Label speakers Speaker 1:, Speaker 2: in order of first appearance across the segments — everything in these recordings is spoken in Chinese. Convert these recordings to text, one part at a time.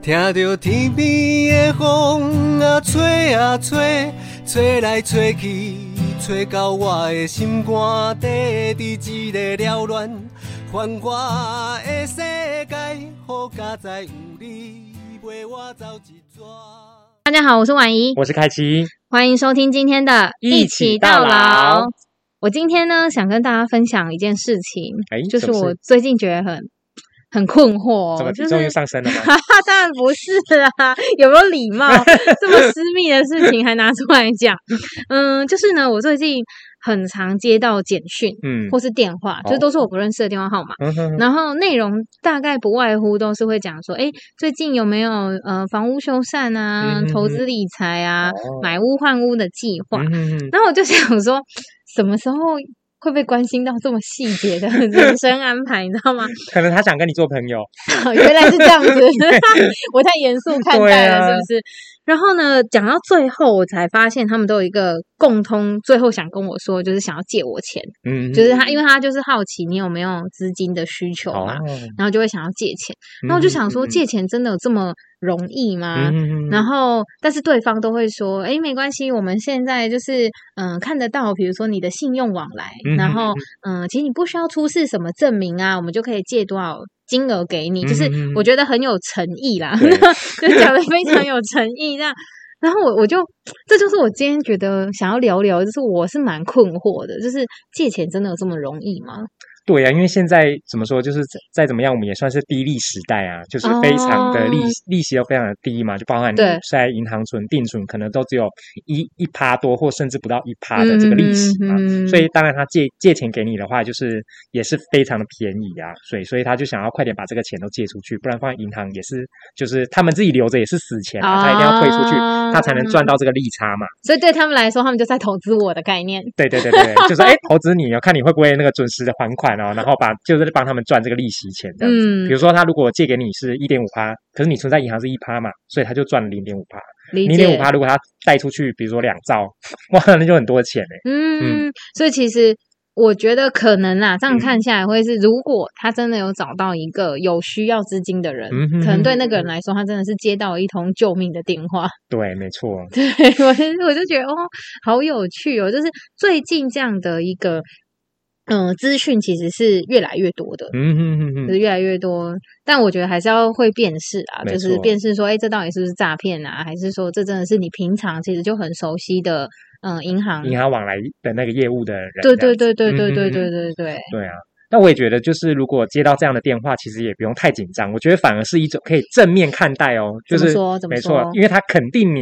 Speaker 1: 听着天边的风啊吹啊吹，吹来吹去，吹到我的心肝底，伫一个缭乱繁华的世界，好佳哉有你陪我走一逝。
Speaker 2: 大家好，我是婉怡，
Speaker 3: 我是凯奇，
Speaker 2: 欢迎收听今天的《
Speaker 3: 一起到老。
Speaker 2: 我今天呢，想跟大家分享一件事情，
Speaker 3: 哎
Speaker 2: 就是
Speaker 3: 什么事
Speaker 2: 我最近觉得很很困惑、
Speaker 3: 怎么
Speaker 2: 哦，
Speaker 3: 体
Speaker 2: 就是
Speaker 3: 重又上升了吗？
Speaker 2: 哈哈，当然不是啊，有没有礼 貌？这么私密的事情还拿出来讲？嗯，就是呢，我最近很常接到简讯
Speaker 3: 嗯
Speaker 2: 或是电话，就是都是我不认识的电话号码。
Speaker 3: 嗯哼哼
Speaker 2: 然后内容大概不外乎都是会讲说，哎，最近有没有呃房屋修缮啊
Speaker 3: 嗯、哼
Speaker 2: 投资理财啊、
Speaker 3: 哦
Speaker 2: 买屋换屋的计划？
Speaker 3: 嗯哼哼
Speaker 2: 然后我就想说，什么时候会被关心到这么细节的 人生安排，你知 道吗？哦
Speaker 3: 可能他想跟你做朋友，
Speaker 2: 原来是这样子， 我太严肃看待了，
Speaker 3: 对啊
Speaker 2: 是不是？然后呢，讲到最后，我才发现他们都有一个共通，最后想跟我说，就是想要借我钱，
Speaker 3: 嗯，
Speaker 2: 就是他，因为他就是好奇你有没有资金的需求
Speaker 3: 哦
Speaker 2: 嘛，，然后就会想要借钱。然后我就想说，借啊钱真的有这么容易吗？
Speaker 3: 嗯，
Speaker 2: 然
Speaker 3: 后
Speaker 2: 后，但是对方都会说：“哎，没关系，我们现在就是嗯、呃看得到，比如说你的信用往来，
Speaker 3: 嗯
Speaker 2: 然
Speaker 3: 哼
Speaker 2: 后嗯、呃其实你不需要出示什么证明啊，我们就可以借多少金额给你。”就是
Speaker 3: 嗯哼哼
Speaker 2: 我觉得很有诚意啦，
Speaker 3: 对
Speaker 2: 就讲的非常有诚意这样。然后我我就这就是我今天觉得想要聊聊，就是我是蛮困惑的，就是借钱真的有这么容易吗？
Speaker 3: 对啊，因为现在怎么说，就是再再怎么样，我们也算是低利时代啊，就是非常的利、
Speaker 2: 哦
Speaker 3: 利息都非常的低嘛，就包含你
Speaker 2: 对
Speaker 3: 在银行存定存，可能都只有一一趴多，或甚至不到一趴的这个利息嘛。
Speaker 2: 嗯
Speaker 3: 所以当然，他借借钱给你的话，就是也是非常的便宜啊，所以所以他就想要快点把这个钱都借出去，不然放在银行也是，就是他们自己留着也是死钱啊，他一定要退出去，
Speaker 2: 哦啊
Speaker 3: 他才能赚到这个利差嘛。
Speaker 2: 所以对他们来说，他们就在投资我的概念。
Speaker 3: 对对对对， 就是哎，投资你哦，看你会不会那个准时的还款哦，然后把就是帮他们赚这个利息钱这样
Speaker 2: 嗯
Speaker 3: 子。比，如说他如果借给你是一点五趴，可是你存在银行是一趴嘛，所以他就赚零点五趴。
Speaker 2: 理
Speaker 3: 零点
Speaker 2: 解
Speaker 3: 五。趴如果他贷出去，比如说两兆， 哇，那就很多钱哎。
Speaker 2: 嗯，所以其实我觉得可能啊啦，这样看下来会是，如果他真的有找到一个有需要资金的人，
Speaker 3: 嗯哼
Speaker 2: 可能对那个人来说，他真的是接到一通救命的电 话。
Speaker 3: 对，没错。
Speaker 2: 对我就，我就觉得哦，好有趣哦，就是最近这样的一个嗯、呃资讯其实是越来越多的。
Speaker 3: 嗯哼哼
Speaker 2: 就
Speaker 3: 哼，
Speaker 2: 是越来越多，但我觉得还是要会辨识啊，
Speaker 3: 没
Speaker 2: 就是
Speaker 3: 错
Speaker 2: 辨识说，哎、这到底是不是诈骗啊？还是说这真的是你平常其实就很熟悉的，嗯、银行
Speaker 3: 银行往来的那个业务的人这
Speaker 2: 对
Speaker 3: 样子。
Speaker 2: 对对对对
Speaker 3: 嗯
Speaker 2: 对
Speaker 3: 嗯嗯
Speaker 2: 对对对，
Speaker 3: 对啊。那我也觉得，就是如果接到这样的电话，其实也不用太紧张。我觉得反而是一种可以正面看待哦，就
Speaker 2: 怎么
Speaker 3: 是
Speaker 2: 说怎么
Speaker 3: 没错
Speaker 2: 说，
Speaker 3: 因为他肯定 你，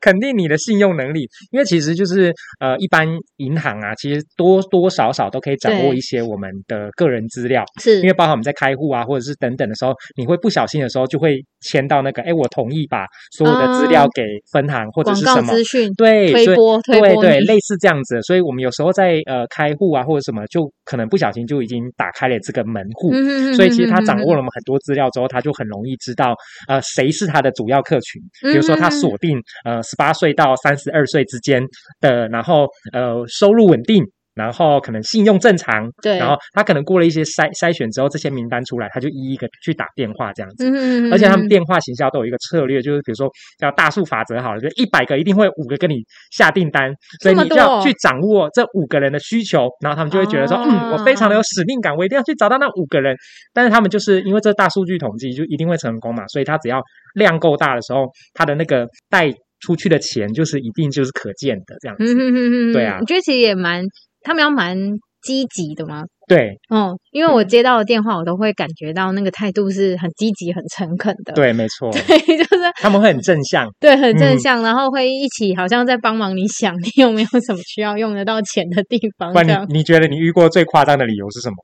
Speaker 3: 肯定你的信用能力。因为其实就是呃，一般银行啊，其实多多少少都可以掌握
Speaker 2: 对
Speaker 3: 一些我们的个人资料，
Speaker 2: 是
Speaker 3: 因为包含我们在开户啊，或者是等等的时候，你会不小心的时候就会签到那个，哎，我同意把所有的资料
Speaker 2: 啊
Speaker 3: 给分行或者
Speaker 2: 广
Speaker 3: 是
Speaker 2: 告
Speaker 3: 什么
Speaker 2: 资讯
Speaker 3: 对，
Speaker 2: 推
Speaker 3: 所以
Speaker 2: 波推
Speaker 3: 对
Speaker 2: 波
Speaker 3: 对，
Speaker 2: 你
Speaker 3: 类似这样子，所以我们有时候在呃开户啊或者什么，就可能不小心就已经打开了这个门户，
Speaker 2: 嗯哼哼
Speaker 3: 所以其实他掌
Speaker 2: 哼
Speaker 3: 握了我们很多资料之后，他就很容易知道呃谁是他的主要客群，
Speaker 2: 哼哼
Speaker 3: 比如说他
Speaker 2: 嗯哼
Speaker 3: 锁定呃十八岁到三十二岁之间的，然后呃收入稳定。然后可能信用正常，
Speaker 2: 对
Speaker 3: 然后他可能过了一些筛筛选之后，这些名单出来，他就一一个去打电话这样子。
Speaker 2: 嗯哼哼
Speaker 3: 而且他
Speaker 2: 哼
Speaker 3: 们电话行销都有一个策略，就是比如说叫大数法则好了，就一百个一定会有五个跟你下订单，所以
Speaker 2: 这么
Speaker 3: 你就要
Speaker 2: 多
Speaker 3: 去掌握这五个人的需求，然后他们就会觉得说，
Speaker 2: 啊
Speaker 3: 嗯，我非常的有使命感，我一定要去找到那五个人。但是他们就是因为这大数据统计就一定会成功嘛，所以他只要量够大的时候，他的那个带出去的钱就是一定就是可见的这样
Speaker 2: 嗯
Speaker 3: 子。
Speaker 2: 哼哼哼，
Speaker 3: 对啊
Speaker 2: 我觉得其实也蛮，他们要蛮积极的嘛，
Speaker 3: 对
Speaker 2: 哦，因
Speaker 3: 嗯
Speaker 2: 为我接到的电话，我都会感觉到那个态度是很积极、很诚恳的，
Speaker 3: 对，没错，
Speaker 2: 对， 就是
Speaker 3: 他们会很正 向。
Speaker 2: 对，很正
Speaker 3: 嗯
Speaker 2: 向，然后会一起好像在帮忙你想你有没有什么需要用得到钱的地方
Speaker 3: 不
Speaker 2: 这
Speaker 3: 然
Speaker 2: 样。
Speaker 3: 你你觉得你遇过最夸张的理由是什么？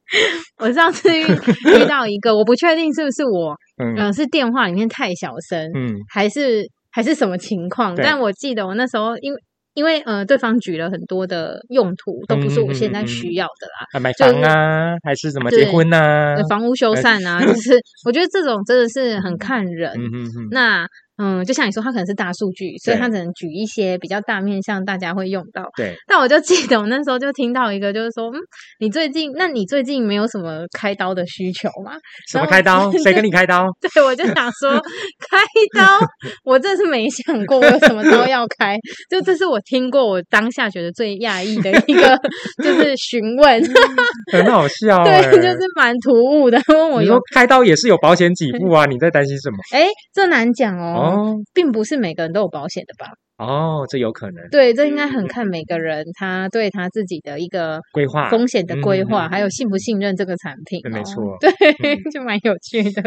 Speaker 2: 我上次 遇遇到一个，我不确定是不是我，
Speaker 3: 嗯
Speaker 2: 嗯、是电话里面太小声，
Speaker 3: 嗯
Speaker 2: 还是还是什么情况？
Speaker 3: 对
Speaker 2: 但我记得我那时候因为。因为呃，对方举了很多的用途，都不是我现在需要的啦。
Speaker 3: 啊，买
Speaker 2: 就是
Speaker 3: 房啊，还是怎么结
Speaker 2: 对
Speaker 3: 婚啊呐、哎
Speaker 2: 呃房屋修缮啊，就是我觉得这种真的是很看人。
Speaker 3: 嗯嗯嗯，
Speaker 2: 那嗯，就像你说，它可能是大数据，所以
Speaker 3: 对
Speaker 2: 它只能举一些比较大面向大家会用到。
Speaker 3: 对，
Speaker 2: 但我就记得我那时候就听到一个，就是说，嗯，你最近，那你最近没有什么开刀的需求吗？
Speaker 3: 什么开刀？谁跟你开刀？
Speaker 2: 对，我就想说开刀，我真是没想过我有什么刀要开，就这是我听过我当下觉得最讶异的一个就是询问，
Speaker 3: 很 好笑哎、
Speaker 2: 对，就是蛮突兀的，问我
Speaker 3: 你
Speaker 2: 有
Speaker 3: 说开刀也是有保险起步啊，你在担心什么？
Speaker 2: 哎，这难讲哦，
Speaker 3: 哦
Speaker 2: 并不是每个人都有保险的吧？
Speaker 3: 哦，这有可能
Speaker 2: 对，这应该很看每个人他对他自己的一个
Speaker 3: 嗯规划，
Speaker 2: 风险的规划，
Speaker 3: 嗯
Speaker 2: 还有信不信任这个产品、
Speaker 3: 对没
Speaker 2: 哦
Speaker 3: 错嗯
Speaker 2: 对，就蛮有趣的。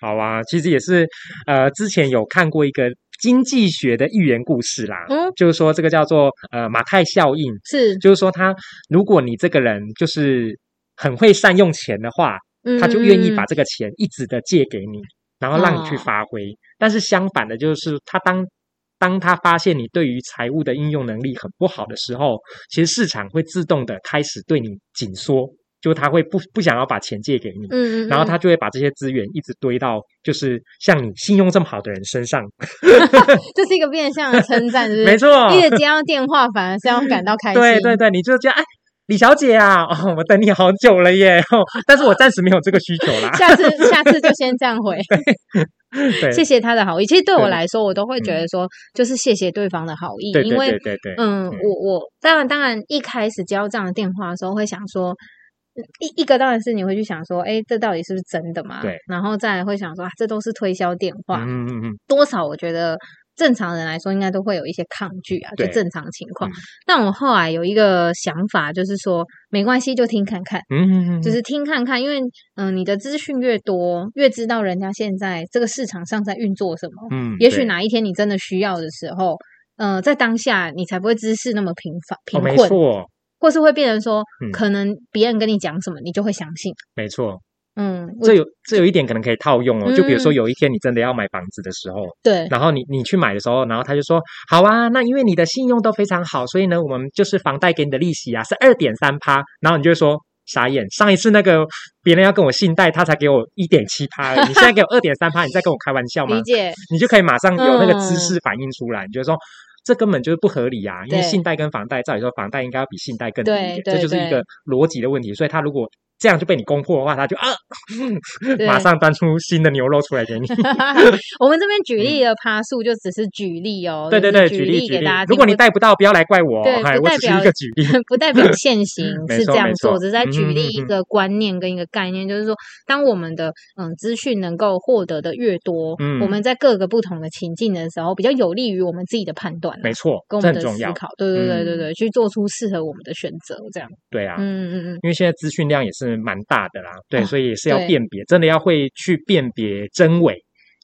Speaker 3: 好啊。其实也是呃，之前有看过一个经济学的寓言故事啦，
Speaker 2: 嗯，
Speaker 3: 就是说这个叫做呃马太效应，
Speaker 2: 是，
Speaker 3: 就是说他如果你这个人就是很会善用钱的话，
Speaker 2: 嗯
Speaker 3: 他就愿意
Speaker 2: 嗯
Speaker 3: 把这个钱一直的借给你，然后让你去
Speaker 2: 哦
Speaker 3: 发挥。但是相反的，就是他当当他发现你对于财务的应用能力很不好的时候，其实市场会自动的开始对你紧缩，就他会不不想要把钱借给你。
Speaker 2: 嗯嗯，
Speaker 3: 然后
Speaker 2: 嗯
Speaker 3: 他就会把这些资源一直堆到，就是像你信用这么好的人身上，
Speaker 2: 这是一个变相的称赞，就是
Speaker 3: 没错，
Speaker 2: 越接到电话反而是要感到开心。。
Speaker 3: 对对对，你就这样，哎，李小姐啊，哦，我等你好久了耶，哦但是我暂时没有这个需求啦
Speaker 2: 下次下次就先这样回，
Speaker 3: 对，
Speaker 2: 谢谢他的好意。其实对我
Speaker 3: 对嗯
Speaker 2: 来说，我都会觉得说，就是谢谢对方的好意，
Speaker 3: 对对
Speaker 2: 因为
Speaker 3: 对对对，
Speaker 2: 嗯，我我当然当然一开始接到这样的电话的时候，会想说。嗯一一个当然是你会去想说，哎，这到底是不是真的嘛？
Speaker 3: 对，
Speaker 2: 然后再来会想说，啊，这都是推销电话，
Speaker 3: 嗯嗯嗯，
Speaker 2: 多少我觉得正常人来说应该都会有一些抗拒啊，就
Speaker 3: 对
Speaker 2: 正常情况。
Speaker 3: 嗯
Speaker 2: 但我后来有一个想法，就是说没关系，就听看看。
Speaker 3: 嗯，
Speaker 2: 就是听看看，因为嗯、呃你的资讯越多，越知道人家现在这个市场上在运作什么。
Speaker 3: 嗯，
Speaker 2: 也许
Speaker 3: 对
Speaker 2: 哪一天你真的需要的时候，呃，在当下你才不会知识那么贫乏、贫
Speaker 3: 哦，没
Speaker 2: 困，
Speaker 3: 错，
Speaker 2: 或是会变成说，
Speaker 3: 嗯
Speaker 2: 可能别人跟你讲什么，你就会相信。
Speaker 3: 没错，
Speaker 2: 嗯，我
Speaker 3: 这有这有一点可能可以套用哦，就比如说
Speaker 2: 嗯
Speaker 3: 有一天你真的要买房子的时候，
Speaker 2: 对，
Speaker 3: 然后你你去买的时候，然后他就说，好啊，那因为你的信用都非常好，所以呢，我们就是房贷给你的利息啊是二点三趴，然后你就会说。傻眼！上一次那个别人要跟我信贷，他才给我一点七趴，你现在给我二点三趴，你在跟我开玩笑吗
Speaker 2: 理？解，
Speaker 3: 你就可以马上有那个
Speaker 2: 嗯
Speaker 3: 知识反映出来，你就说这根本就是不合理啊！因为
Speaker 2: 对
Speaker 3: 信贷跟房贷，照理说房贷应该要比信贷更低一点，
Speaker 2: 对
Speaker 3: 这就是
Speaker 2: 对
Speaker 3: 一个逻辑的问题。所以他如果这样就被你攻破的话，他就啊，
Speaker 2: 对
Speaker 3: 马上端出新的牛肉出来给你。
Speaker 2: 我们这边举例的趴数就只是举例哦，
Speaker 3: 嗯对对
Speaker 2: 就
Speaker 3: 对，
Speaker 2: 是
Speaker 3: 举例
Speaker 2: 例
Speaker 3: 举
Speaker 2: 给
Speaker 3: 例
Speaker 2: 大家。听。
Speaker 3: 如果你
Speaker 2: 不
Speaker 3: 贷不到，不要来怪我
Speaker 2: 对，
Speaker 3: 哦，嗨
Speaker 2: 不
Speaker 3: 我
Speaker 2: 代
Speaker 3: 只是
Speaker 2: 表
Speaker 3: 一个举例。
Speaker 2: 不代表现行
Speaker 3: 嗯没
Speaker 2: 是
Speaker 3: 错
Speaker 2: 这样
Speaker 3: 没错
Speaker 2: 做，只是在举例
Speaker 3: 嗯
Speaker 2: 一
Speaker 3: 嗯嗯
Speaker 2: 个观念跟一个概念，就是说，当我们的嗯资讯能够获得的越多，
Speaker 3: 嗯
Speaker 2: 我们在各个不同的情境的时候，比较有利于我们自己的判断啊，
Speaker 3: 没错
Speaker 2: 跟，我
Speaker 3: 这
Speaker 2: 们
Speaker 3: 很
Speaker 2: 的
Speaker 3: 重要
Speaker 2: 思。考，对对对对
Speaker 3: 嗯
Speaker 2: 对，去做出适合我们的选择，这样，
Speaker 3: 对啊，
Speaker 2: 嗯嗯嗯，
Speaker 3: 因为现在资讯量也是蛮大的啦，对，
Speaker 2: 啊
Speaker 3: 所以也是要
Speaker 2: 对
Speaker 3: 辨别，真的要会去辨别真伪。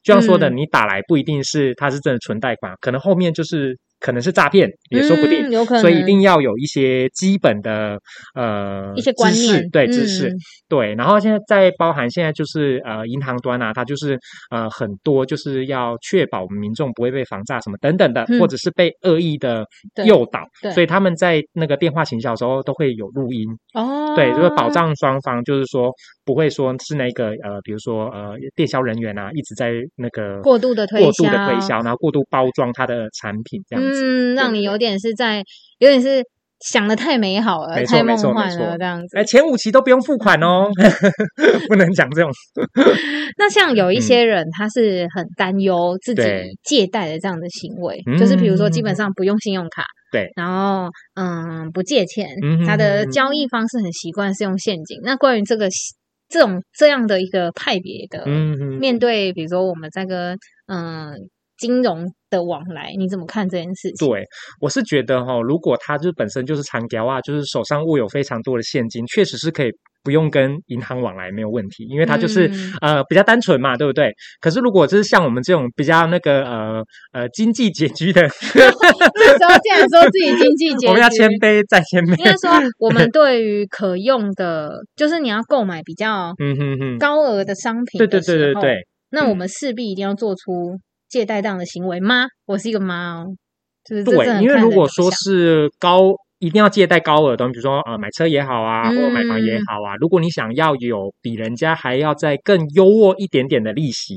Speaker 3: 就像说的，
Speaker 2: 嗯
Speaker 3: 你打来不一定是它是真的存贷款，可能后面就是可能是诈骗，也说不定。
Speaker 2: 嗯有可能，
Speaker 3: 所以一定要有一些基本的呃
Speaker 2: 一些观
Speaker 3: 知识
Speaker 2: 念，
Speaker 3: 对知识、
Speaker 2: 嗯
Speaker 3: 对。然后现在在包含现在就是呃银行端啊，它就是呃很多就是要确保民众不会被防诈什么等等的，
Speaker 2: 嗯
Speaker 3: 或者是被恶意的
Speaker 2: 对
Speaker 3: 诱导
Speaker 2: 对，
Speaker 3: 所以他们在那个电话行销的时候都会有录音，
Speaker 2: 哦，
Speaker 3: 对，就是保障双方，就是说不会说是那个呃，比如说呃，电销人员啊，一直在那个
Speaker 2: 过度的推
Speaker 3: 过度的推
Speaker 2: 销
Speaker 3: 销，然后过度包装他的产品这样子。
Speaker 2: 嗯，让你有点是在，有点是想的太美好了，
Speaker 3: 没错
Speaker 2: 太
Speaker 3: 没
Speaker 2: 梦
Speaker 3: 错没
Speaker 2: 幻
Speaker 3: 错
Speaker 2: 了这样子
Speaker 3: 哎，。前五期都不用付款哦， 不能讲这种。
Speaker 2: 那像有一些人，他是很担忧自己
Speaker 3: 嗯对
Speaker 2: 借贷的这样的行为，就是比如说基
Speaker 3: 嗯
Speaker 2: 本上不用信用卡，
Speaker 3: 对，
Speaker 2: 然后嗯不借钱，
Speaker 3: 嗯
Speaker 2: 他
Speaker 3: 嗯
Speaker 2: 的
Speaker 3: 嗯嗯
Speaker 2: 交易方式很习惯是用现金。那关于这个这种这样的一个派别的，
Speaker 3: 嗯嗯，
Speaker 2: 面对比如说我们在跟嗯金融的往来，你怎么看这件事情？
Speaker 3: 对，我是觉得哈、如果他就本身就是长条啊，就是手上握有非常多的现金，确实是可以。不用跟银行往来没有问题，因为他就是、
Speaker 2: 嗯
Speaker 3: 呃比较单纯嘛，对不对？可是如果就是像我们这种比较那个呃呃经济拮据 的
Speaker 2: 这时候竟然说自己经济拮据，
Speaker 3: 我们要谦卑再谦卑
Speaker 2: 应。该说，我们对于可用的，就是你要购买比较
Speaker 3: 嗯哼哼，
Speaker 2: 高额的商品
Speaker 3: 对
Speaker 2: 的
Speaker 3: 对对对
Speaker 2: 时候
Speaker 3: 对，
Speaker 2: 那我们势必一定要做出借贷这样的行为吗？我是一个妈哦，就是这真的
Speaker 3: 嗯对，因为
Speaker 2: 看
Speaker 3: 如
Speaker 2: 人
Speaker 3: 果
Speaker 2: 怎么
Speaker 3: 说
Speaker 2: 想
Speaker 3: 是高一定要借贷高额的东西，比如说呃买车也好啊，或
Speaker 2: 嗯
Speaker 3: 买房也好啊。如果你想要有比人家还要再更优渥一点点的利息，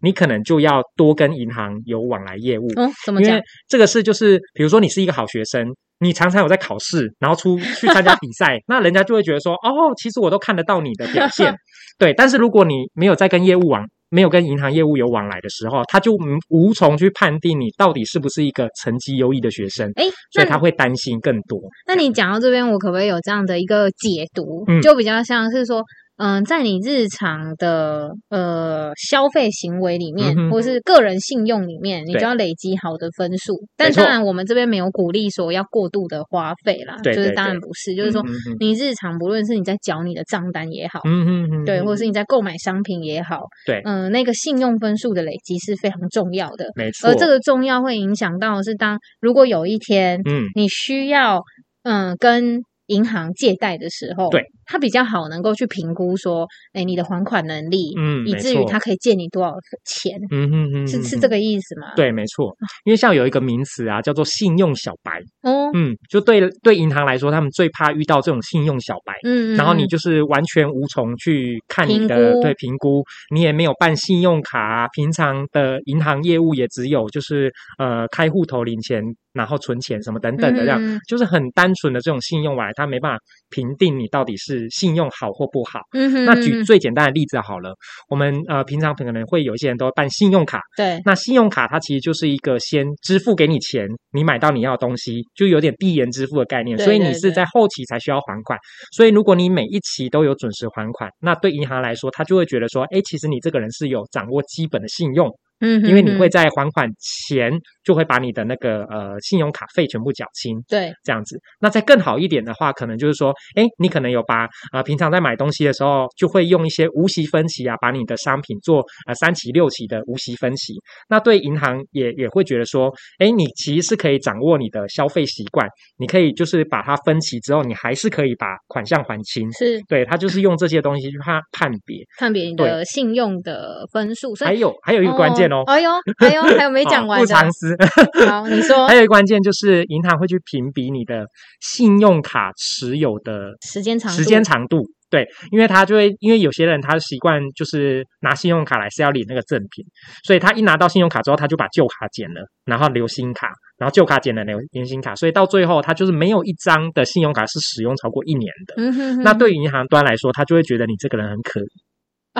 Speaker 3: 你可能就要多跟银行有往来业务。
Speaker 2: 哦，怎么
Speaker 3: 因
Speaker 2: 讲
Speaker 3: 为？这个是就是，比如说你是一个好学生，你常常有在考试，然后出去参加比赛，那人家就会觉得说，哦，其实我都看得到你的表 现，对。但是如果你没有在跟业务往，没有跟银行业务有往来的时候，他就无无从去判定你到底是不是一个成绩优异的学生，
Speaker 2: 哎，
Speaker 3: 所
Speaker 2: 那
Speaker 3: 以他
Speaker 2: 你
Speaker 3: 会担心更多。
Speaker 2: 那你讲到这边，我可不可以有这样的一个解读？
Speaker 3: 嗯
Speaker 2: 就比较像是说，嗯、在你日常的呃消费行为里面，
Speaker 3: 嗯哼
Speaker 2: 或是个人信用里面，你就
Speaker 3: 对
Speaker 2: 要累积好的分数。但
Speaker 3: 没错
Speaker 2: 当然，我们这边没有鼓励说要过度的花费啦，
Speaker 3: 对
Speaker 2: 就是
Speaker 3: 对
Speaker 2: 当然
Speaker 3: 对
Speaker 2: 不是，就是说
Speaker 3: 嗯哼
Speaker 2: 你日常不论是你在缴你的账单也好。
Speaker 3: 嗯哼哼，
Speaker 2: 对，或者
Speaker 3: 是
Speaker 2: 是你在购买商品也好，
Speaker 3: 对
Speaker 2: 嗯、那个信用分数的累积是非常重要的，
Speaker 3: 没错，
Speaker 2: 而呃这个重要会影响到的是当如果有一天，
Speaker 3: 嗯。
Speaker 2: 你需要嗯跟银行借贷的时候，
Speaker 3: 对，
Speaker 2: 它比较好能够去评估说，哎，你的还款能力，
Speaker 3: 嗯
Speaker 2: 以
Speaker 3: 没
Speaker 2: 至于
Speaker 3: 错
Speaker 2: 它可以借你多少钱，
Speaker 3: 嗯哼哼，
Speaker 2: 是是
Speaker 3: 哼
Speaker 2: 这个啊意思吗？，
Speaker 3: 对，没错，因为像有一个名词啊，叫做信用小白，
Speaker 2: 哦，
Speaker 3: 嗯，就对对银行来说，他们最怕遇到这种信用小白，
Speaker 2: 嗯，
Speaker 3: 然后你
Speaker 2: 嗯
Speaker 3: 就是完全无从去看你
Speaker 2: 评
Speaker 3: 的
Speaker 2: 估
Speaker 3: 对评估，你也没有办信用卡、啊，平常的银行业务也只有就是呃开户头领钱，然后存钱什么等等的这样，
Speaker 2: 嗯嗯嗯
Speaker 3: 就是很单纯的这种信用来，他没办法评定你到底是信用好或不好。
Speaker 2: 嗯哼
Speaker 3: 那
Speaker 2: 哼
Speaker 3: 举
Speaker 2: 哼
Speaker 3: 最简单的例子好了，我们呃平常可能会有一些人都办信用卡，
Speaker 2: 对，
Speaker 3: 那信用卡它其实就是一个先支付给你钱，你买到你要的东西，就有点递延支付的概念，
Speaker 2: 对
Speaker 3: 所以
Speaker 2: 对
Speaker 3: 你是
Speaker 2: 对
Speaker 3: 在后期才需要还款。所以如果你每一期都有准时还款，那对银行来说，他就会觉得说，哎，其实你这个人是有掌握基本的信用，
Speaker 2: 嗯哼，
Speaker 3: 因为你会
Speaker 2: 哼
Speaker 3: 在还款前就会把你的那个呃信用卡费全部缴清。
Speaker 2: 对，
Speaker 3: 这样子。那再更好一点的话，可能就是说，哎，你可能有把啊、呃平常在买东西的时候，就会用一些无息分期啊，把你的商品做呃三期、六期的无息分期。那对银行也也会觉得说，哎，你其实是可以掌握你的消费习惯，你可以就是把它分期之后，你还是可以把款项还清。
Speaker 2: 是
Speaker 3: 对，它就是用这些东西去判判别。
Speaker 2: 判别你
Speaker 3: 对
Speaker 2: 的信用的分数，所
Speaker 3: 还
Speaker 2: 以。
Speaker 3: 有还有一个关键哦。
Speaker 2: 哎呦，哎呦，还有 没讲
Speaker 3: 啊
Speaker 2: 完
Speaker 3: 不
Speaker 2: 的？
Speaker 3: 藏私，
Speaker 2: 好，你说
Speaker 3: 还有一个关键就是银行会去评比你的信用卡持有的
Speaker 2: 时间长，
Speaker 3: 时间，长度。对，因为他就会，因为有些人他习惯就是拿信用卡来是要领那个赠品，所以他一拿到信用卡之后，他就把旧卡剪了，然后留新卡，然后旧卡剪了留年新卡，所以到最后他就是没有一张的信用卡是使用超过一年的。
Speaker 2: 嗯哼哼，
Speaker 3: 那对于银行端来说，他就会觉得你这个人很可疑，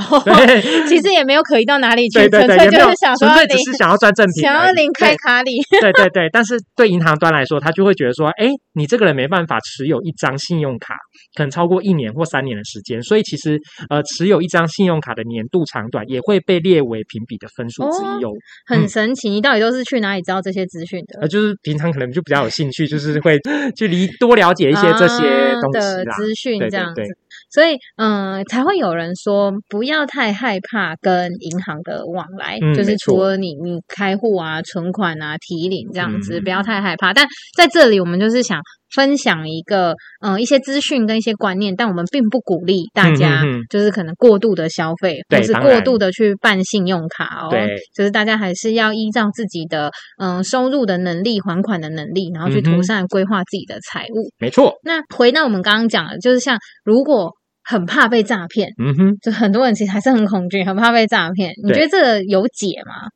Speaker 2: 哦，
Speaker 3: 对
Speaker 2: 其实也没有可疑到哪里去，
Speaker 3: 对对
Speaker 2: 纯
Speaker 3: 对，
Speaker 2: 粹
Speaker 3: 也没
Speaker 2: 就
Speaker 3: 有
Speaker 2: 是想，说
Speaker 3: 纯粹只
Speaker 2: 领
Speaker 3: 是想要赚赠品而已，
Speaker 2: 想要领
Speaker 3: 对
Speaker 2: 开卡里，
Speaker 3: 对对对，但是对银行端来说，他就会觉得说，哎，你这个人没办法持有一张信用卡，可能超过一年或三年的时间，所以其实呃，持有一张信用卡的年度长短也会被列为评比的分数之一哦。
Speaker 2: 很
Speaker 3: 嗯
Speaker 2: 神奇，你到底都是去哪里知道这些资讯
Speaker 3: 呃，
Speaker 2: 的？
Speaker 3: 就是平常可能就比较有兴趣，就是会去理多了解一些这些
Speaker 2: 啊
Speaker 3: 东西
Speaker 2: 的
Speaker 3: 啦。
Speaker 2: 资讯
Speaker 3: 对
Speaker 2: 这
Speaker 3: 对
Speaker 2: 样子
Speaker 3: 对，
Speaker 2: 所以嗯、呃才会有人说不要太害怕跟银行的往来，
Speaker 3: 嗯
Speaker 2: 就是
Speaker 3: 没错
Speaker 2: 除了你你开户啊、存款啊、提领这样子，
Speaker 3: 嗯
Speaker 2: 不要太害怕。但在这里，我们就是想分享一个嗯、呃一些资讯跟一些观念，但我们并不鼓励大
Speaker 3: 嗯
Speaker 2: 家
Speaker 3: 嗯嗯
Speaker 2: 就是可能过度的消费，或
Speaker 3: 对
Speaker 2: 是
Speaker 3: 当
Speaker 2: 过
Speaker 3: 然
Speaker 2: 度的去办信用卡哦。
Speaker 3: 对
Speaker 2: 就是大家还是要依照自己的嗯收入的能力、还款的能力，然后去
Speaker 3: 嗯
Speaker 2: 妥
Speaker 3: 哼
Speaker 2: 善规划自己的财务。
Speaker 3: 没错，
Speaker 2: 那回到我们刚刚讲的，就是像如果很怕被诈骗，
Speaker 3: 嗯哼，
Speaker 2: 就很多人其实还是很恐惧，很怕被诈骗。你
Speaker 3: 对
Speaker 2: 觉得这个有解吗？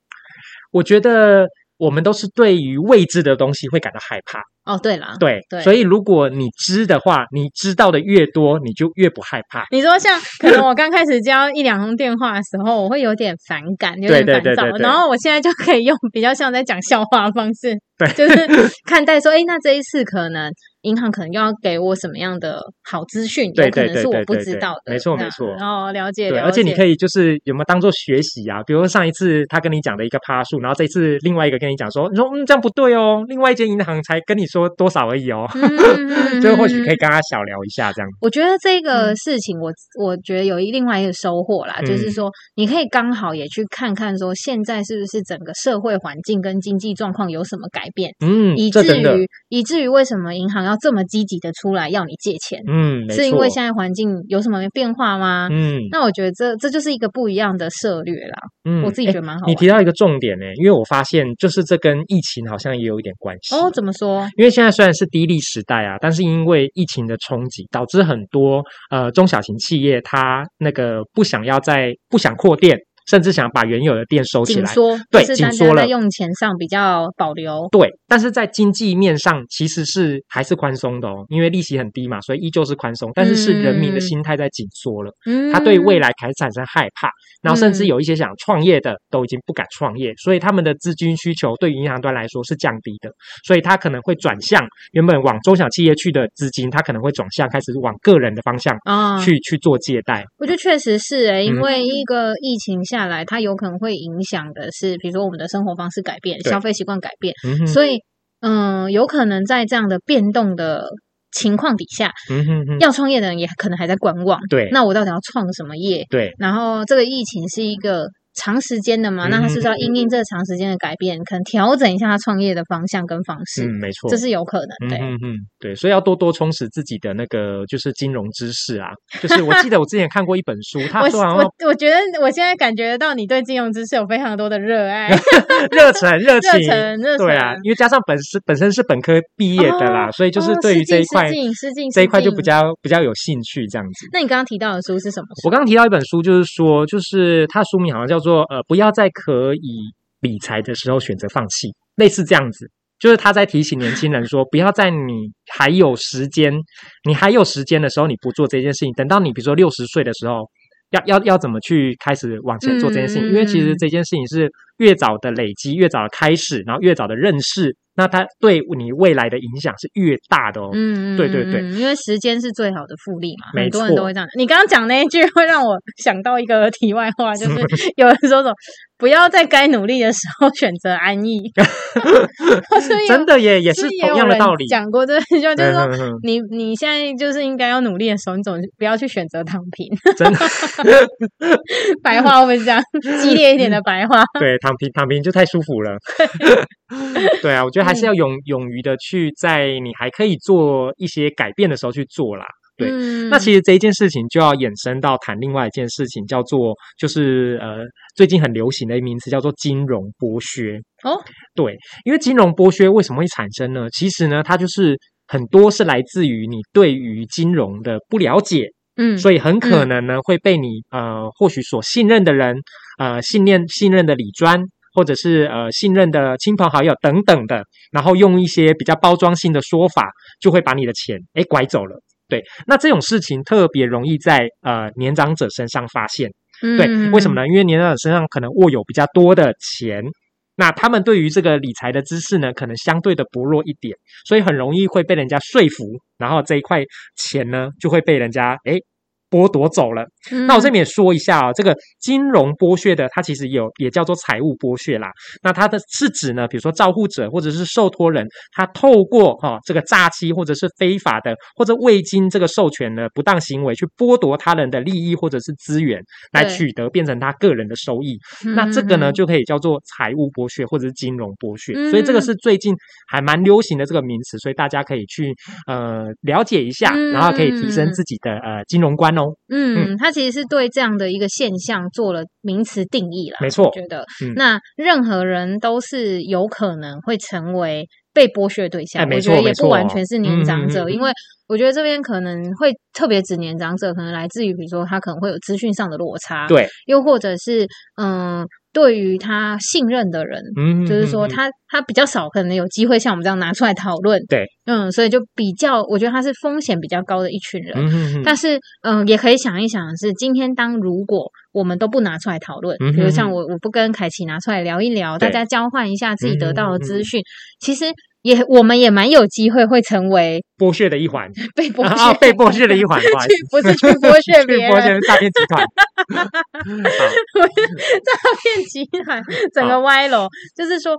Speaker 3: 我觉得我们都是对于未知的东西会感到害怕。
Speaker 2: 哦，对啦，
Speaker 3: 对，
Speaker 2: 对
Speaker 3: 所以如果你知的话，你知道的越多，你就越不害怕。
Speaker 2: 你说 像可能我刚开始接到一两通电话的时候，我会有点反感，有
Speaker 3: 对
Speaker 2: 点烦
Speaker 3: 对对
Speaker 2: 躁。
Speaker 3: 对对
Speaker 2: 然后我现在就可以用比较像在讲笑话的方式，
Speaker 3: 对
Speaker 2: 就是看待说，哎，那这一次可能银行可能又要给我什么样的好资讯，
Speaker 3: 对
Speaker 2: 有可
Speaker 3: 对
Speaker 2: 能
Speaker 3: 对
Speaker 2: 是我
Speaker 3: 对
Speaker 2: 不
Speaker 3: 对
Speaker 2: 知
Speaker 3: 对
Speaker 2: 道的，
Speaker 3: 没错
Speaker 2: 这
Speaker 3: 没
Speaker 2: 样
Speaker 3: 错
Speaker 2: 哦，了解，
Speaker 3: 对，
Speaker 2: 了
Speaker 3: 而且你
Speaker 2: 解
Speaker 3: 可以就是有没有当做学习啊？比如说上一次他跟你讲的一个趴数，然后这一次另外一个跟你讲说，你说嗯这样不对哦，另外一间银行才跟你说多少而已哦，
Speaker 2: 嗯嗯 嗯
Speaker 3: 就或许可
Speaker 2: 以。
Speaker 3: 以跟他小聊一下这样。
Speaker 2: 我觉得这个事情我，我觉得有一另外一个收获啦，就是
Speaker 3: 嗯
Speaker 2: 说你可以刚好也去看看，说现在是不是整个社会环境跟经济状况有什么改变，
Speaker 3: 嗯
Speaker 2: 以，
Speaker 3: 这
Speaker 2: 至
Speaker 3: 真的
Speaker 2: 于以至于为什么银行要这么积极的出来要你借钱，
Speaker 3: 嗯，没错
Speaker 2: 是因为现在环境有什么变化吗？
Speaker 3: 嗯
Speaker 2: 那我觉得这这就是一个不一样的策略啦，
Speaker 3: 嗯，
Speaker 2: 我自己
Speaker 3: 诶
Speaker 2: 觉得蛮好
Speaker 3: 你
Speaker 2: 玩
Speaker 3: 提到一个重点呢、因为我发现就是这跟疫情好像也有一点关系
Speaker 2: 哦，怎么说？
Speaker 3: 因为现在虽然是低利时代啊，但是因为疫情的冲击，导致很多呃中小型企业它那个不想要再不想扩店，甚至想把原有的店收起
Speaker 2: 紧
Speaker 3: 来。
Speaker 2: 缩，
Speaker 3: 对
Speaker 2: 就是
Speaker 3: 紧
Speaker 2: 大
Speaker 3: 缩
Speaker 2: 家在
Speaker 3: 了
Speaker 2: 用钱上比较保留。
Speaker 3: 对，但是在经济面上其实是还是宽松的哦，因为利息很低嘛，所以依旧是宽松，但是是人民的
Speaker 2: 嗯
Speaker 3: 心态在紧缩了。
Speaker 2: 嗯，
Speaker 3: 他对未来开始产生害怕，然后甚至
Speaker 2: 嗯
Speaker 3: 有一些想创业的都已经不敢创业，所以他们的资金需求对于银行端来说是降低的，所以他可能会转向原本往中小企业去的资金，他可能会转向开始往个人的方向
Speaker 2: 啊，
Speaker 3: 去、去做借贷。
Speaker 2: 我觉得确实是诶、因
Speaker 3: 嗯
Speaker 2: 为一个疫情下来，它有可能会影响的是，比如说我们的生活方式改变、
Speaker 3: 对
Speaker 2: 消费习惯改变，
Speaker 3: 嗯哼，
Speaker 2: 所以嗯，有可能在这样的变动的情况底下，
Speaker 3: 嗯哼哼，
Speaker 2: 要创业的人也可能还在观望。
Speaker 3: 对
Speaker 2: 那我到底要创什么业？
Speaker 3: 对，
Speaker 2: 然后这个疫情是一个长时间的
Speaker 3: 嗯
Speaker 2: 嘛，那他是不是要因应这个长时间的改变，可能调整一下他创业的方向跟方式，
Speaker 3: 嗯，没错
Speaker 2: 这。是有可能
Speaker 3: 嗯
Speaker 2: 的、
Speaker 3: 哼哼，对，所以要多多充实自己的那个就是金融知识啊。就是我记得我之前看过一本 书，他
Speaker 2: 我
Speaker 3: 说啊好像
Speaker 2: 我我觉得我现在感觉到你对金融知识有非常多的热 爱、
Speaker 3: 热忱热
Speaker 2: 热
Speaker 3: 情，
Speaker 2: 忱、热忱。
Speaker 3: 对啊，因为加上本身本身是本科毕业的啦，
Speaker 2: 哦
Speaker 3: 所以就是
Speaker 2: 哦
Speaker 3: 对于
Speaker 2: 失
Speaker 3: 这
Speaker 2: 敬
Speaker 3: 一块
Speaker 2: 失敬失敬
Speaker 3: 这一
Speaker 2: 失
Speaker 3: 块就
Speaker 2: 敬
Speaker 3: 比较比较有兴趣这样子。
Speaker 2: 那你刚刚提到的书是什么书？
Speaker 3: 我刚刚提到一本书，就是说，就是它的书名好像叫做呃，不要在可以理财的时候选择放弃，类似这样子。就是他在提醒年轻人说，不 要在你还有时间，你还有时间的时候，你不做这件事情，等到你比如说六十岁的时候，要要要怎么去开始往前做这件事情？因为其实
Speaker 2: 嗯
Speaker 3: 这件事情是越早的累积，越早的开始，然后越早的认识，那它对你未来的影响是越大的哦。
Speaker 2: 嗯，嗯
Speaker 3: 对对对
Speaker 2: 嗯因为时间是最好的复利嘛，
Speaker 3: 没
Speaker 2: 很多人
Speaker 3: 错
Speaker 2: 都会这样。你刚刚讲那一句， 会让我想到一个题外话，就是 有人说什么不要在该努力的时候选择安 逸， 所以有
Speaker 3: 真的耶，也
Speaker 2: 所
Speaker 3: 是
Speaker 2: 以啊也
Speaker 3: 同
Speaker 2: 有
Speaker 3: 样的
Speaker 2: 人
Speaker 3: 道理。
Speaker 2: 讲过这句话，就是说
Speaker 3: 嗯嗯嗯
Speaker 2: 你你现在就是应该要努力的时候，你总不要去选择躺平，
Speaker 3: 真的。
Speaker 2: 白话会不会是这样激烈一点的白话？
Speaker 3: 对，躺平躺平就太舒服了。对啊，我觉得还
Speaker 2: 嗯
Speaker 3: 是要勇勇于的去在你还可以做一些改变的时候去做啦。对
Speaker 2: 嗯，
Speaker 3: 那其实这一件事情就要衍生到谈另外一件事情，叫做就是呃最近很流行的一个名词叫做金融剥削。
Speaker 2: 哦，
Speaker 3: 对，因为金融剥削为什么会产生呢？其实呢，它就是很多是来自于你对于金融的不了解，
Speaker 2: 嗯，
Speaker 3: 所以很可
Speaker 2: 嗯
Speaker 3: 能呢、会被你呃或许所信任的人呃信念信任的理专。或者是呃信任的亲朋好友等等的，然后用一些比较包装性的说法，就会把你的钱诶拐走了。对，那这种事情特别容易在呃年长者身上发现。对，
Speaker 2: 嗯
Speaker 3: 为什么？呢？因为年长者身上可能握有比较多的钱，那他们对于这个理财的知识呢，可能相对的薄弱一点，所以很容易会被人家说服，然后这一块钱呢就会被人家诶剥夺走了。
Speaker 2: 嗯
Speaker 3: 那我这边也说一下啊、这个金融剥削的，它其实有也叫做财务剥削啦。那它的是指呢，比如说照护者或者是受托人，他透过哈、这个诈欺或者是非法的或者未经这个授权的不当行为，去剥夺他人的利益或者是资源，来
Speaker 2: 对
Speaker 3: 取得变成他个人的收益。那这个呢，
Speaker 2: 嗯
Speaker 3: 就可以叫做财务剥削或者是金融剥削。所以
Speaker 2: 嗯
Speaker 3: 这个是最近还蛮流行的这个名词，所以大家可以去呃了解一下，然后可以提升自己的呃金融观哦。
Speaker 2: 嗯，他其实是对这样的一个现象做了名词定义了。
Speaker 3: 没错
Speaker 2: 我觉得、
Speaker 3: 嗯
Speaker 2: 那任何人都是有可能会成为被剥削的对象。
Speaker 3: 哎没
Speaker 2: 我觉得
Speaker 3: 错
Speaker 2: 也
Speaker 3: 没
Speaker 2: 不完
Speaker 3: 错
Speaker 2: 全是年长者，
Speaker 3: 嗯嗯嗯
Speaker 2: 因为我觉得这边可能会特别指年长者，可能来自于比如说他可能会有资讯上的落差，，
Speaker 3: 对，
Speaker 2: 又或者是嗯、对于他信任的人。
Speaker 3: 嗯，
Speaker 2: 就是说
Speaker 3: 嗯嗯
Speaker 2: 他，他比较少可能有机会像我们这样拿出来讨论，
Speaker 3: 对，
Speaker 2: 嗯，所以就比较，我觉得他是风险比较高的一群人，
Speaker 3: 嗯哼哼
Speaker 2: 但是，嗯、也可以想一想的是，今天当如果我们都不拿出来讨论，
Speaker 3: 嗯哼
Speaker 2: 比如像
Speaker 3: 哼
Speaker 2: 我我不跟凯奇拿出来聊一聊，大
Speaker 3: 对
Speaker 2: 家交换一下自己得到的
Speaker 3: 嗯
Speaker 2: 资讯，其实也我们也蛮有机会会成为
Speaker 3: 剥削的一环，
Speaker 2: 被剥
Speaker 3: 啊，
Speaker 2: 削、
Speaker 3: 啊被剥削的 一环，不好意
Speaker 2: 去
Speaker 3: 思
Speaker 2: 不是去剥削
Speaker 3: 去
Speaker 2: 别人，
Speaker 3: 剥削诈骗集 团。啊
Speaker 2: 诈骗集 团整个歪楼，就是说。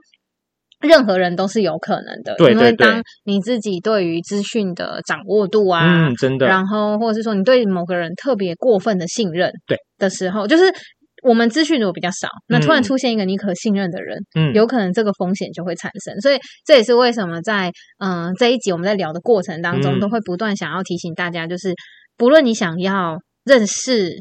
Speaker 2: 任何人都是有可能的，
Speaker 3: 对
Speaker 2: 因为
Speaker 3: 对对
Speaker 2: 当你自己对于资讯的掌握度啊，
Speaker 3: 嗯，真的，
Speaker 2: 然后或者是说你对某个人特别过分的信任
Speaker 3: 对
Speaker 2: 的时候，就是我们资讯如果比较少，那突然
Speaker 3: 嗯
Speaker 2: 出现一个你可信任的人，
Speaker 3: 嗯，
Speaker 2: 有可能这个风险就会产生。所以这也是为什么在嗯、呃这一集我们在聊的过程当中，
Speaker 3: 嗯
Speaker 2: 都会不断想要提醒大家，就是不论你想要认识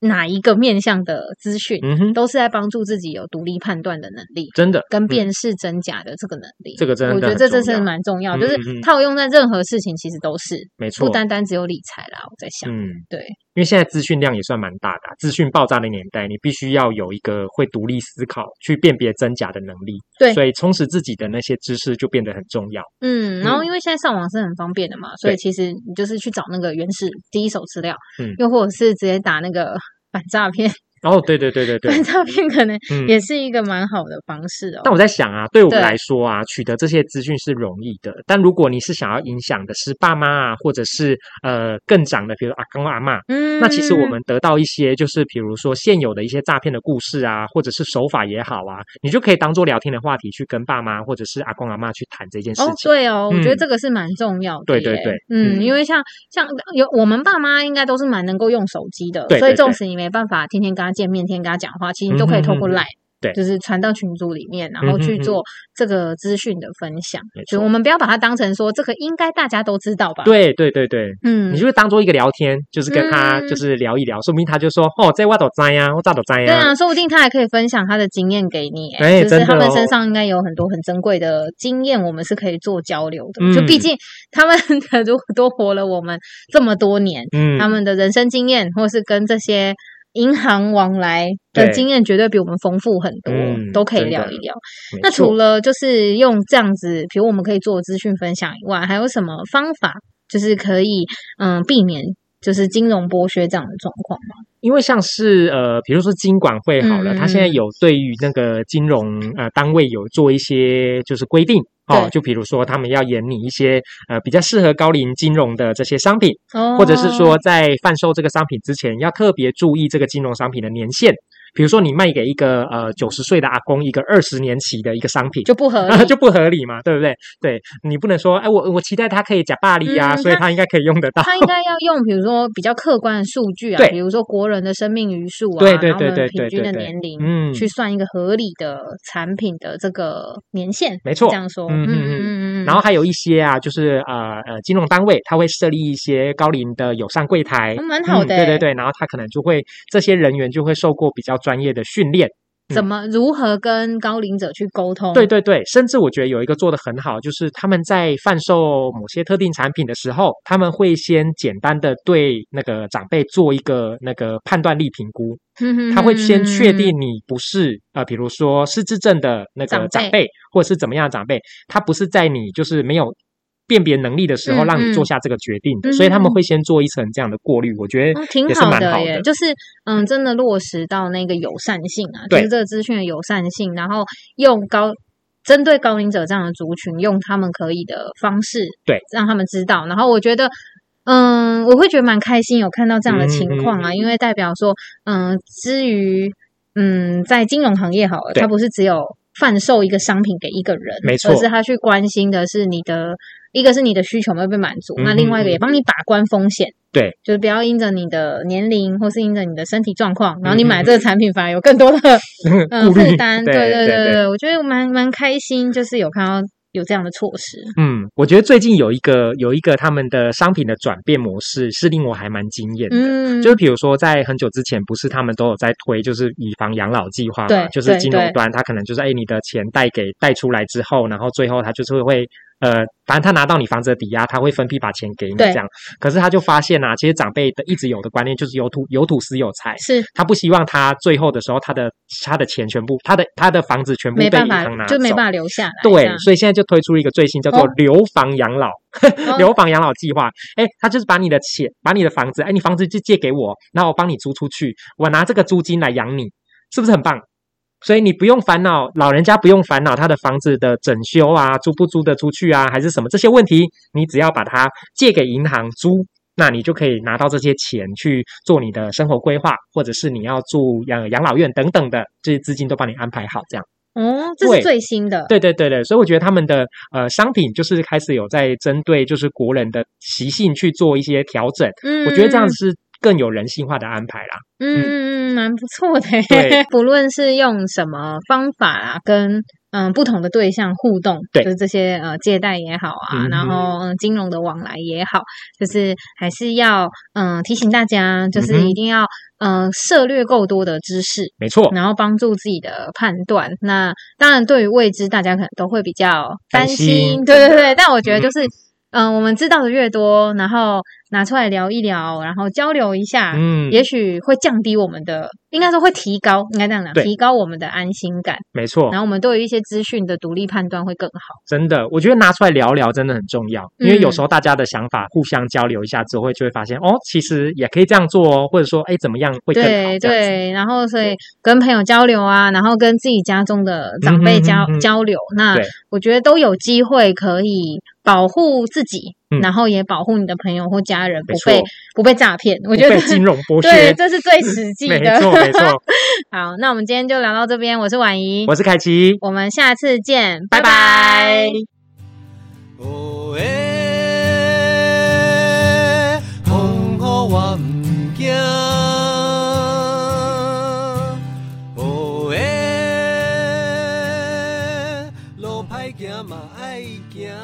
Speaker 2: 哪一个面向的资讯，
Speaker 3: 嗯哼，
Speaker 2: 都是在帮助自己有独立判断的能力。
Speaker 3: 真的
Speaker 2: 跟
Speaker 3: 嗯
Speaker 2: 辨识真假的这个能力，
Speaker 3: 这个真的
Speaker 2: 我觉得
Speaker 3: 很
Speaker 2: 这真
Speaker 3: 重
Speaker 2: 是
Speaker 3: 要
Speaker 2: 蛮重要，
Speaker 3: 嗯
Speaker 2: 就是
Speaker 3: 嗯嗯
Speaker 2: 套用在任何事情其实都是，
Speaker 3: 没
Speaker 2: 不
Speaker 3: 错，
Speaker 2: 单单只有理财啦。我在想，
Speaker 3: 嗯，
Speaker 2: 对，
Speaker 3: 因为现在资讯量也算蛮大的啊、资讯爆炸的年代，你必须要有一个会独立思考、去辨别真假的能力。
Speaker 2: 对
Speaker 3: 所以充实自己的那些知识就变得很重要。
Speaker 2: 嗯，然后
Speaker 3: 嗯
Speaker 2: 因为现在上网是很方便的嘛，所以
Speaker 3: 对
Speaker 2: 其实你就是去找那个原始第一手资料，
Speaker 3: 嗯
Speaker 2: 又或者是直接打那个反诈骗，
Speaker 3: 哦，对对对对 对
Speaker 2: 反，诈骗可能
Speaker 3: 嗯。
Speaker 2: 也是一个蛮好的方式哦。
Speaker 3: 但我在想啊，对我们
Speaker 2: 对
Speaker 3: 来说啊，取得这些资讯是容易的，但如果你是想要影响的是爸妈啊，或者是呃更长的，比如阿公阿妈，
Speaker 2: 嗯，
Speaker 3: 那其实我们得到一些，就是比如说现有的一些诈骗的故事啊，或者是手法也好啊，你就可以当做聊天的话题去跟爸妈或者是阿公阿妈去谈这件事
Speaker 2: 哦，
Speaker 3: 情。
Speaker 2: 对哦，我觉得
Speaker 3: 嗯
Speaker 2: 这个是蛮重要的
Speaker 3: 对
Speaker 2: 耶。
Speaker 3: 对对
Speaker 2: 嗯，
Speaker 3: 嗯
Speaker 2: 因为像像有我们爸妈应该都是蛮能够用手机的，
Speaker 3: 对
Speaker 2: 所以
Speaker 3: 对
Speaker 2: 纵
Speaker 3: 对
Speaker 2: 使你没办法天天跟他见面、天天跟他讲话，其实你都可以透过
Speaker 3: 嗯哼
Speaker 2: Line，、
Speaker 3: 对
Speaker 2: 就是传到群组里面，然后去
Speaker 3: 嗯哼
Speaker 2: 做这个资讯的分享。
Speaker 3: 没
Speaker 2: 就
Speaker 3: 错
Speaker 2: 我们不要把它当成说这个应该大家都知道吧？，
Speaker 3: 对对对对，
Speaker 2: 嗯
Speaker 3: 你，就会当做一个聊天，就是跟他
Speaker 2: 嗯
Speaker 3: 就是聊一聊，说不定他就说哦，这我都摘呀，我咋都摘
Speaker 2: 对
Speaker 3: 呀
Speaker 2: 啊，，说不定他还可以分享他的经验给你、欸，
Speaker 3: 哎
Speaker 2: 就
Speaker 3: 真
Speaker 2: 是
Speaker 3: 的
Speaker 2: 他们身
Speaker 3: 哦
Speaker 2: 上应该有很多很珍贵的经验，我们是可以做交流的。
Speaker 3: 嗯
Speaker 2: 就毕竟他们 如果都活了我们这么多年，
Speaker 3: 嗯
Speaker 2: 他，们的人生经验，或是跟这些银行往来的
Speaker 3: 对
Speaker 2: 经验，绝对比我们丰富很多，
Speaker 3: 嗯
Speaker 2: 都可以
Speaker 3: 真的
Speaker 2: 聊一聊。
Speaker 3: 没
Speaker 2: 那
Speaker 3: 错
Speaker 2: 除了就是用这样子，比如我们可以做资讯分享以外，还有什么方法，就是可以嗯避免就是金融剥削这样的状况吗？
Speaker 3: 因为像是呃，比如说金管会好了，
Speaker 2: 嗯
Speaker 3: 它现在
Speaker 2: 嗯
Speaker 3: 有对于那个金融呃单位有做一些就是规定哦
Speaker 2: 对，
Speaker 3: 就比如说他们要严拟一些呃比较适合高龄金融的这些商品，
Speaker 2: 哦，
Speaker 3: 或者是说在贩售这个商品之前要特别注意这个金融商品的年限。比如说你卖给一个呃九十岁的阿公一个二十年期的一个商品，
Speaker 2: 就不合
Speaker 3: 啊，
Speaker 2: 理，
Speaker 3: 就不合理嘛，对不对？对你不能说，哎，我我期待他可以假巴黎呀、
Speaker 2: 嗯
Speaker 3: 所以
Speaker 2: 他
Speaker 3: 他应该可以用得到。
Speaker 2: 他应该要用，比如说比较客观的数据啊，
Speaker 3: 对
Speaker 2: 比如说国人的生命余数啊，
Speaker 3: 对对
Speaker 2: 然后我们
Speaker 3: 对对
Speaker 2: 平
Speaker 3: 对
Speaker 2: 均的
Speaker 3: 对对
Speaker 2: 年龄，
Speaker 3: 嗯
Speaker 2: 去算一个合理的产品的这个年限，
Speaker 3: 没错
Speaker 2: 这样说，嗯
Speaker 3: 嗯嗯
Speaker 2: 嗯
Speaker 3: 嗯
Speaker 2: 嗯嗯，
Speaker 3: 然后还有一些啊，就是呃呃，金融单位它会设立一些高龄的友善柜台，
Speaker 2: 嗯蛮好的
Speaker 3: 对
Speaker 2: 欸
Speaker 3: 对对，然后他可能就会这些人员就会受过比较专业的训练。
Speaker 2: 怎么如何跟高龄者去沟通？
Speaker 3: 嗯对对对，甚至我觉得有一个做的很好，就是他们在贩售某些特定产品的时候，他们会先简单的对那个长辈做一个那个判断力评估，
Speaker 2: 哼，哼哼
Speaker 3: 他会先确
Speaker 2: 哼
Speaker 3: 定你不是呃，比如说失智症的
Speaker 2: 嗯
Speaker 3: 那
Speaker 2: 长辈
Speaker 3: 个长辈，或者是怎么样的长辈，他不是在你就是没有辨别能力的时候
Speaker 2: 嗯
Speaker 3: 让
Speaker 2: 嗯
Speaker 3: 你做下这个决定的，
Speaker 2: 嗯
Speaker 3: 所以他们会先做一层这样的过滤，我觉得
Speaker 2: 哦，挺
Speaker 3: 也是
Speaker 2: 好
Speaker 3: 蛮
Speaker 2: 的
Speaker 3: 好
Speaker 2: 耶，
Speaker 3: 的
Speaker 2: 就是嗯，真的落实到那个友善性啊，就
Speaker 3: 对
Speaker 2: 是这个资讯的友善性，然后用高针对高龄者这样的族群，用他们可以的方式，
Speaker 3: 对，
Speaker 2: 让他们知道。然后我觉得，嗯，我会觉得蛮开心有看到这样的情
Speaker 3: 嗯嗯
Speaker 2: 况啊，因为代表说，嗯，至于嗯，在金融行业好了，
Speaker 3: 对
Speaker 2: 它不是只有贩售一个商品给一个人，
Speaker 3: 没错
Speaker 2: 而是他去关心的是你的。一个是你的需求有没有被满足，那
Speaker 3: 嗯
Speaker 2: 另外一个
Speaker 3: 嗯
Speaker 2: 也帮你把关风险，
Speaker 3: 对，
Speaker 2: 就是不要因着你的年龄或是因着你的身体状况，然后你
Speaker 3: 嗯
Speaker 2: 买这个产品反而有更 多的嗯
Speaker 3: 顾虑
Speaker 2: 负担。对
Speaker 3: 对
Speaker 2: 对
Speaker 3: 对对
Speaker 2: 对，我觉得我蛮蛮开心，就是有看到有这样的措施。
Speaker 3: 嗯，我觉得最近有一个有一个他们的商品的转变模式是令我还蛮惊艳的。
Speaker 2: 嗯，
Speaker 3: 就是比如说，在很久之前，不是他们都有在推，就是以房养老计划
Speaker 2: 对
Speaker 3: 嘛，就是
Speaker 2: 对
Speaker 3: 金融
Speaker 2: 对
Speaker 3: 端，他可能就是哎，你的钱贷给贷出来之后，然后最后他就是会呃，反正他拿到你房子的抵押，他会分批把钱给你
Speaker 2: 对
Speaker 3: 这样。可是他就发现啊，其实长辈的一直有的观念就是有土有土私有财，
Speaker 2: 是
Speaker 3: 他不希望他最后的时候，他的他的钱全部，他的他的房子全部被
Speaker 2: 没办
Speaker 3: 银
Speaker 2: 法
Speaker 3: 行拿，走
Speaker 2: 就。没办法留下来。这
Speaker 3: 对
Speaker 2: 样，
Speaker 3: 所以现在就推出一个最新叫做
Speaker 2: 哦
Speaker 3: “留房养老”，留房养老计划，哎，他就是把你的钱，把你的房子，哎，你房子就借给我，那我帮你租出去，我拿这个租金来养你，是不是很棒？所以你不用烦恼，老人家不用烦恼他的房子的整修啊，租不租得出去啊，还是什么这些问题，你只要把它借给银行租，那你就可以拿到这些钱去做你的生活规划，或者是你要住养养老院等等的，这些资金都帮你安排好，这样。
Speaker 2: 哦，这是
Speaker 3: 对
Speaker 2: 最新的。
Speaker 3: 对对对对，所以我觉得他们的呃商品就是开始有在针对就是国人的习性去做一些调整，
Speaker 2: 嗯，嗯，
Speaker 3: 我觉得这样
Speaker 2: 嗯
Speaker 3: 子是更有人性化的安排啦。
Speaker 2: 嗯，嗯蛮不错的
Speaker 3: 对。
Speaker 2: 不论是用什么方法啦，跟嗯不同的对象互动，
Speaker 3: 对
Speaker 2: 就是这些呃借贷也好啊，
Speaker 3: 嗯
Speaker 2: 然后嗯金融的往来也好，就是还是要嗯提醒大家，就
Speaker 3: 嗯
Speaker 2: 是
Speaker 3: 哼
Speaker 2: 一定要嗯涉略够多的知识，
Speaker 3: 没错，
Speaker 2: 然后帮助自己的判断。那当然，对于未知，大家可能都会比较担心。
Speaker 3: 担心
Speaker 2: 对对对，但我觉得就是，嗯、我们知道的越多，然后拿出来聊一聊，然后交流一下，
Speaker 3: 嗯，
Speaker 2: 也许会降低我们的，应该说会提高，应该这样讲，
Speaker 3: 对哦
Speaker 2: 提高我们的安心感。
Speaker 3: 没错
Speaker 2: 然，后我们对于一些资讯的独立判断会更好。
Speaker 3: 真的，我觉得拿出来聊聊真的很重要，因为
Speaker 2: 嗯
Speaker 3: 有时候大家的想法互相交流一下之后，会就会发现哦，其实也可以这样做哦，或者说哎，怎么样会更好？
Speaker 2: 对
Speaker 3: 这样子，
Speaker 2: 对，然后所以跟朋友交流啊，然后跟自己家中的长辈交、
Speaker 3: 嗯哼嗯哼
Speaker 2: 交流，那
Speaker 3: 对
Speaker 2: 我觉得都有机会可以保护自己，
Speaker 3: 嗯
Speaker 2: 然后也保护你的朋友或家人不
Speaker 3: 没错
Speaker 2: 被不被诈骗。我
Speaker 3: 不
Speaker 2: 觉得
Speaker 3: 被金 融剥
Speaker 2: 对，
Speaker 3: 削，
Speaker 2: 这是最实际
Speaker 3: 没
Speaker 2: 的。
Speaker 3: 错没错。
Speaker 2: 好，那我们今天就聊到这边，我是婉怡，
Speaker 3: 我是凯奇，
Speaker 2: 我们下次见，
Speaker 3: 拜
Speaker 2: 拜
Speaker 3: 拜
Speaker 2: 拜
Speaker 1: 哦耶，风雨我毋惊。哦耶，路歹行嘛爱行。